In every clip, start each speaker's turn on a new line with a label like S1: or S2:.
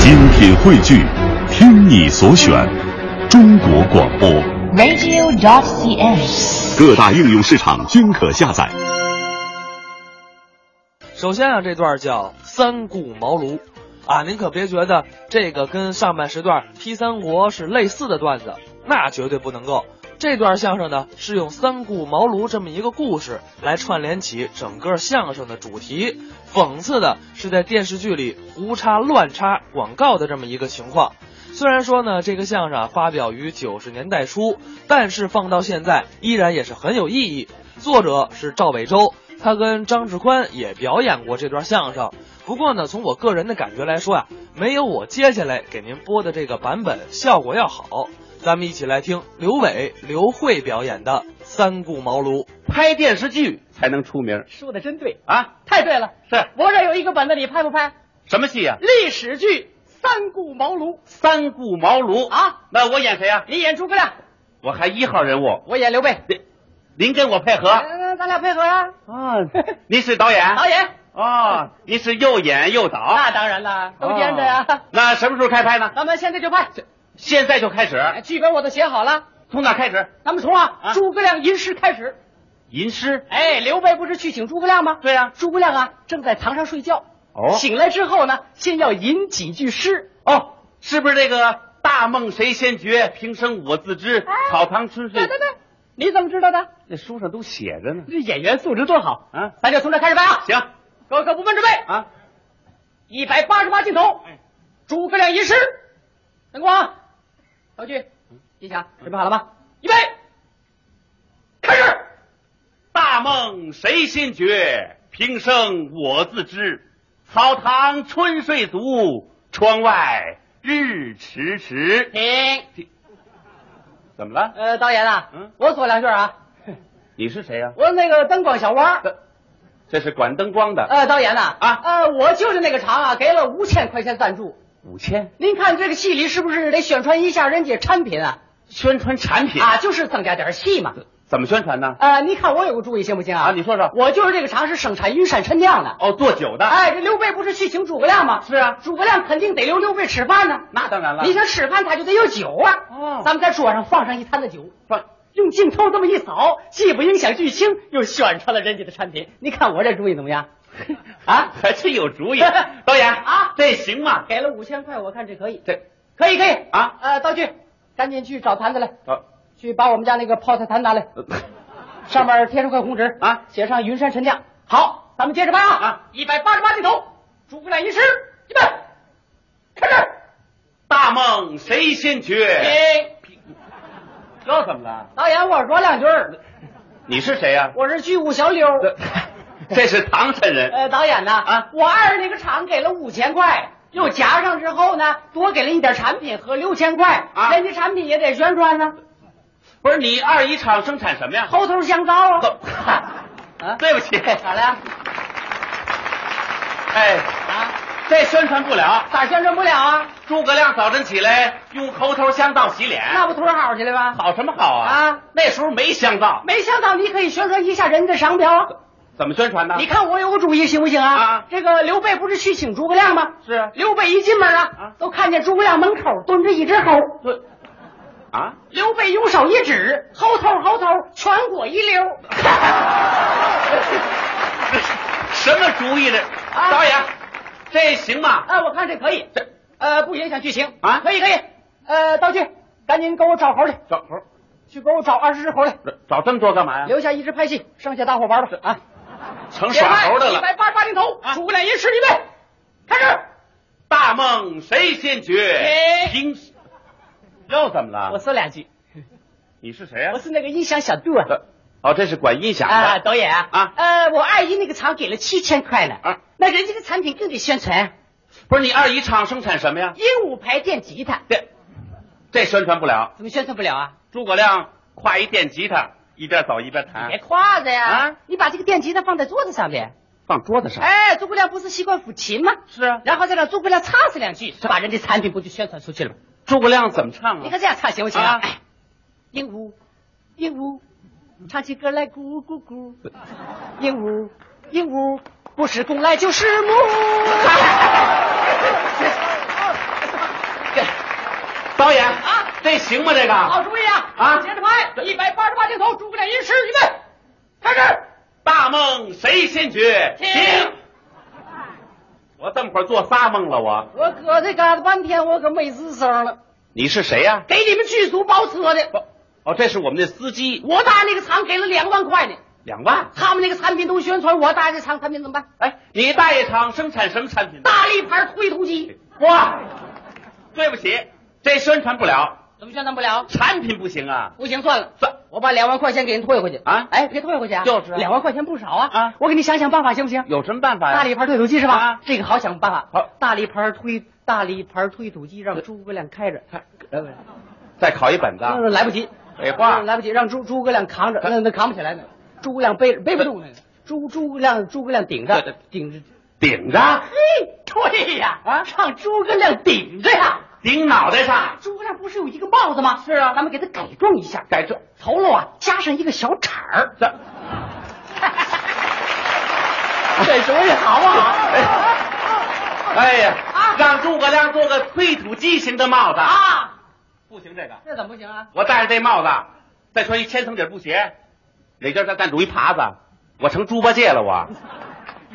S1: 精品汇聚，听你所选，中国广播。
S2: radio.cn。
S1: 各大应用市场均可下载。
S3: 首先啊，这段叫三顾茅庐啊，您可别觉得这个跟上半时段批三国是类似的段子，那绝对不能够。这段相声呢，是用三顾茅庐这么一个故事来串联起整个相声的主题，讽刺的是在电视剧里胡插乱插广告的这么一个情况。虽然说呢，这个相声啊发表于九十年代初，但是放到现在依然也是很有意义。作者是赵北洲，他跟张志宽也表演过这段相声。不过呢，从我个人的感觉来说呀、没有我接下来给您播的这个版本效果要好。咱们一起来听刘伟、刘慧表演的《三顾茅庐》。
S4: 拍电视剧才能出名
S5: 说的真对，
S4: 啊？
S5: 太对了。
S4: 是
S5: 我这有一个本子，你拍不拍？
S4: 什么戏呀、
S5: 历史剧《三顾茅庐》，
S4: 三顾茅庐
S5: 啊！
S4: 那我演谁啊？
S5: 你演诸葛亮，
S4: 我还一号人物，
S5: 我演刘备，
S4: 您您跟我配合
S5: 咱、咱咱俩配合啊！
S4: 啊？您是导演？
S5: 导演，
S4: 哦，您是又演又导？
S5: 那当然了，都兼着呀、
S4: 哦那什么时候开拍呢？
S5: 咱们现在就拍，
S4: 现在就开始，
S5: 哎剧本我都写好了。
S4: 从哪开始？
S5: 咱们从啊，
S4: 啊
S5: 诸葛亮吟诗开始。
S4: 吟诗。
S5: 哎，刘备不是去请诸葛亮吗？
S4: 对呀
S5: 诸葛亮啊正在堂上睡觉。
S4: 哦
S5: 醒来之后呢，先要吟几句诗。
S4: 哦，是不是这个“大梦谁先觉，平生我自知，
S5: 哎
S4: 草堂春睡
S5: 对对对，你怎么知道的？”？
S4: 那书上都写着呢。
S5: 这演员素质多好！
S4: 啊，
S5: 咱就从这开始拍啊！
S4: 行
S5: 各位各部门准备
S4: 啊，
S5: 一百八十八镜头，
S4: 哎
S5: 诸葛亮吟诗，啊灯光，道具，音响，啊
S4: 嗯
S5: 准备好了吗？预备，开始。
S4: 大梦谁先觉？平生我自知。草堂春睡足，窗外日迟迟。
S5: 停。
S4: 怎么了？
S5: 呃，导演啊，
S4: 嗯
S5: 我说两句啊，
S4: 你是谁呀、啊
S5: 我那个灯光小汪。
S4: 这是管灯光的，
S5: 呃，导演呐、
S4: 啊
S5: 呃，我就是那个厂啊，给了五千块钱赞助。
S4: 五千
S5: 您看这个戏里是不是得宣传一下人家产品啊？
S4: 宣传产品
S5: 啊，就是增加点戏嘛。
S4: 怎么宣传呢？
S5: 呃，你看我有个主意行不行啊？
S4: 啊你说说
S5: 我就是这个厂是生产云山陈酿的。
S4: 哦，做酒的。
S5: 哎，这刘备不是去请诸葛亮吗？
S4: 是啊
S5: 诸葛亮肯定得留刘备吃饭呢。
S4: 那当然了
S5: 你想吃饭，他就得有酒啊。
S4: 哦
S5: 咱们在桌上放上一坛子酒，
S4: 放
S5: 用镜头这么一扫，既不影响剧情，又宣传了人家的产品。你看我这主意怎 么样？啊，
S4: 还真有主 意。导演
S5: 啊
S4: 这行吗？
S5: 给了五千块，我看这可以，
S4: 这
S5: 可以，可以
S4: 啊
S5: 呃，道具，赶紧去找坛子来，
S4: 啊
S5: 去把我们家那个泡菜坛拿来，上面贴上块红纸
S4: 呃啊
S5: 写上云山陈酿。好，咱们接着拍啊！
S4: 啊，
S5: 一百八十八镜头，诸葛亮一诗，预备，开始。
S4: 大梦谁先觉？
S5: 停，
S4: 这哎怎么了？呃
S5: 导演，我说两句儿，
S4: 你是谁 呀、
S5: 我是剧务小刘。
S4: 这这是唐山人。
S5: 呃，导演呐，
S4: 啊
S5: 我二那个厂给了五千块，又加上之后呢，多给了你点产品和六千块，
S4: 啊呃
S5: 人家产品也得宣传呢，
S4: 不是你二姨厂生产什么呀？
S5: 猴头香皂
S4: 走
S5: 啊。啊，
S4: 对不 起，
S5: 咋了呀？
S4: 哎，
S5: 啊，
S4: 这宣传不了。
S5: 咋宣传不了啊？
S4: 诸葛亮早晨起来用猴头香皂洗脸，
S5: 那不腿好去了吗？
S4: 啊好什么好啊？
S5: 啊，
S4: 那时候没香皂，
S5: 没想到你可以宣传一下人家商标啊！
S4: 怎么宣传呢？
S5: 你看我有个主意行不行啊？
S4: 啊
S5: 这个刘备不是去请诸葛亮吗？
S4: 是啊
S5: 刘备一进门啊，
S4: 啊
S5: 都看见诸葛亮门口蹲着一只猴。
S4: 对啊，
S5: 刘备用手一指，猴头猴头，全国一溜。
S4: 什么主意这？
S5: 啊
S4: 导演，这行吗？
S5: 啊，我看这可以，
S4: 这
S5: 呃，不影响剧情
S4: 啊
S5: 可以可以。呃，道具，赶紧给我找猴去，
S4: 找猴
S5: 去给我找二十只猴来，
S4: 找找这么多干嘛呀？
S5: 留下一只拍戏，剩下大伙玩吧啊。
S4: 成耍猴的
S5: 一
S4: 了。
S5: 百八十八零头
S4: 啊，
S5: 诸葛亮一吃一备，开始。
S4: 大梦谁先觉
S5: 哎？
S4: 平时又怎么
S5: 我
S4: 了？
S5: 说两句，
S4: 你是谁呀啊
S5: 我？是那个音响小杜啊。
S4: 呃哦，这是管音响
S5: 啊，
S4: 的。
S5: 导演啊，
S4: 啊
S5: 呃，我二姨那个厂给了七千块呢，
S4: 啊
S5: 那人家的产品更得宣传啊，
S4: 不是你二姨厂生产什么呀？
S5: 鹦鹉牌电吉他
S4: 这这宣传不了。
S5: 怎么宣传不了啊？
S4: 诸葛亮挎一电吉他，一边走一边
S5: 你
S4: 弹
S5: 别，挎着呀，
S4: 啊
S5: 你把这个电吉他放在桌子上面，
S4: 放桌子上。
S5: 哎，诸葛亮不是习惯抚琴吗？
S4: 是啊，
S5: 然后再让诸葛亮唱上两句，把人家产品不就宣传出去了吗？
S4: 诸葛亮怎么唱
S5: 你
S4: 啊？
S5: 看这样唱行不行啊
S4: 啊？
S5: 哎鹦鹉，鹦鹉，唱起歌来咕咕咕，鹦鹉，鹦鹉，不是公来就是母。
S4: 导演
S5: 啊
S4: 这行吗？这个
S5: 好主意啊！
S4: 啊
S5: 接着拍，一百八十八镜头，诸葛亮吟诗，预备，开始。
S4: 大梦谁先觉？
S5: 停
S4: 我这么会儿做仨梦了，我
S5: 我搁这嘎达半天，我可没吱声了。
S4: 你是谁呀、
S5: 给你们剧组包车的，
S4: 哦，这是我们的司机，
S5: 我搭那个厂给了两万块呢。
S4: 两万。
S5: 他们那个产品都宣传，我搭这厂产品怎么办？
S4: 哎，你大爷厂生产什么产品呢？
S5: 大力牌推土机，
S4: 哇，对不起，这宣传不了，
S5: 怎么宣传不了？
S4: 产品不行啊。
S5: 不行，算了，
S4: 算
S5: 我把两万块钱给人退回去
S4: 啊
S5: 哎，别退回去啊！
S4: 就是啊
S5: 两万块钱不少啊！
S4: 啊
S5: 我给你想想办法行不行？
S4: 有什么办法呀、
S5: 大力牌推土机是吧？
S4: 啊
S5: 这个好想办法。
S4: 好
S5: 大力牌推大力牌推土机让诸葛亮开着，
S4: 看
S5: 呃不是
S4: 再考一本子，
S5: 那来不及，
S4: 废话
S5: 来不及，让诸诸葛亮扛着，那那扛不起来呢，诸葛亮背着背不动那个，诸诸葛亮诸葛亮顶
S4: 对
S5: 着
S4: 对
S5: 顶着，
S4: 顶着，
S5: 啊嘿，对哎呀，
S4: 啊
S5: 让诸葛亮顶着呀。
S4: 顶脑袋上，
S5: 诸葛亮不是有一个帽子吗？是啊，咱们给他改装一下，
S4: 改这
S5: 头颅啊加上一个小铲儿，
S4: 这
S5: 这主意好不好？
S4: 哎呀
S5: 啊，
S4: 让诸葛亮做个推土机型的帽子，
S5: 啊，
S4: 不行这个，
S5: 这怎么不行啊？
S4: 我戴上这帽子，再穿一千层底布鞋，里边再站住一耙子，我成猪八戒 了
S5: 啊
S4: 我，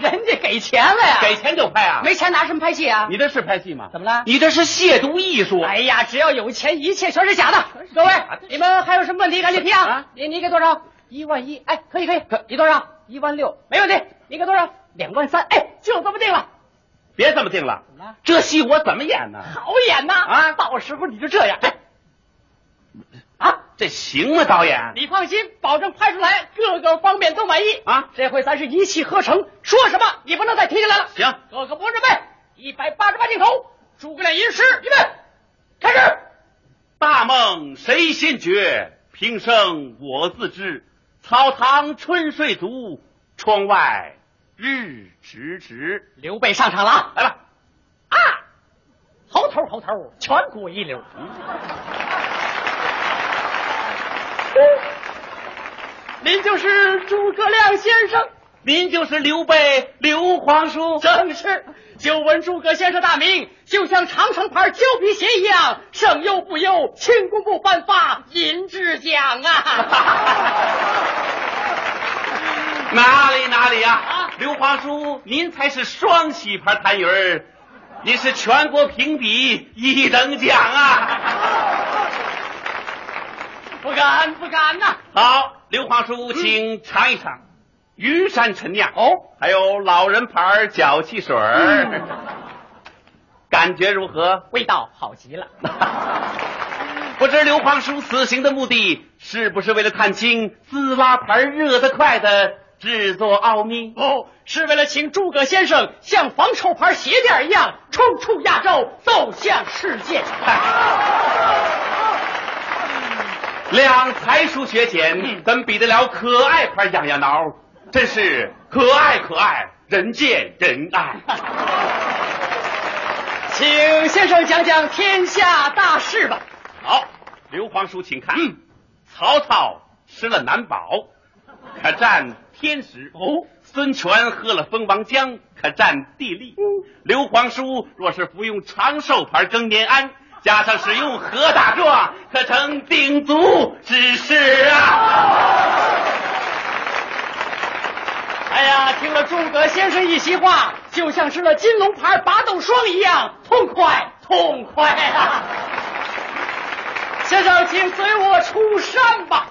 S5: 人家给钱了呀，
S4: 给钱就拍啊！
S5: 没钱拿什么拍戏啊？
S4: 你这是拍戏吗？
S5: 怎么了
S4: 你这是亵渎艺术！
S5: 哎呀，只要有钱，一切全是假的。各位，你们还有什么问题赶紧提啊
S4: 啊！
S5: 你你给多少？一万一，哎，可以可以，你多少？一万六，没问题。你给多少？两万三，哎，就这么定了。
S4: 别这么定了
S5: 怎么了，
S4: 这戏我怎么 演呢？
S5: 好演呐！
S4: 啊
S5: 到时候你就这样，哎，啊，
S4: 这行吗，导演？
S5: 你放心，保证拍出来各个方面都满意
S4: 啊
S5: 这回咱是一气呵成，说什么你不能再提起来了。
S4: 行
S5: 各个博士们，一百八十八镜头，诸葛亮吟诗，预备，开始。
S4: 大梦谁先觉？平生我自知。草堂春睡足，窗外日
S5: 嗯
S4: 迟迟。
S5: 刘备上场了啊！
S4: 来吧，
S5: 啊，猴头猴头，全国一流。嗯您就是诸葛亮先生，
S4: 您就是刘备刘皇叔。
S5: 正是。久闻诸葛先生大名，就像长城牌胶皮鞋一样，胜优不忧，轻功部颁发银质奖啊！
S4: 哪里哪里呀、
S5: 啊
S4: 刘皇叔，您才是双喜牌痰盂儿，您是全国评比一等奖啊！
S5: 不敢不敢呐、
S4: 好，刘皇叔，请尝一尝云山陈酿嗯哦，嗯还有老人牌脚气水儿，感觉如何？
S5: 味道好极了。
S4: 不知刘皇叔此行的目的是不是为了探清自拉牌热得快的制作奥秘？
S5: 哦，是为了请诸葛先生像防臭牌鞋垫一样冲出亚洲，走向世界。
S4: 两才疏学浅，怎比得了可爱牌痒痒挠？真是可爱可爱，人见人爱。
S5: 请先生讲讲天下大事吧。
S4: 好，刘皇叔，请看，嗯曹操吃了难保，可战天时；哦，孙权喝了蜂王浆，可战地利。刘皇叔若是服用长寿牌更年安，加上使用何大壮，可成鼎足之势啊！
S5: 哎呀，听了诸葛先生一席话，就像吃了金龙牌拔豆霜一样痛快，痛快 啊！先生，请随我出山吧。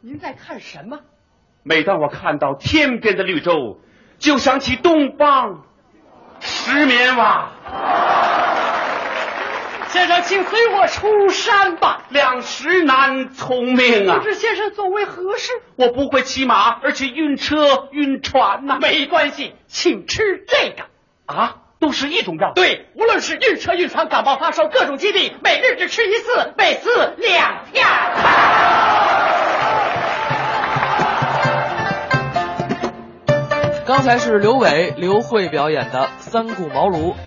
S5: 您在看什么？
S4: 每当我看到天边的绿洲，就想起东方石棉瓦。
S5: 先生，请随我出山吧。
S4: 两石难从命啊
S5: 不！知先生所为何事？
S4: 我不会骑马，而且晕车晕船呐、
S5: 没关系，请吃这个。
S4: 啊，都是一种药。
S5: 对，无论是晕车、晕船、感冒、发烧，各种疾病，每日只吃一次，每次两片。
S3: 刚才是刘伟、刘慧表演的《三顾茅庐》。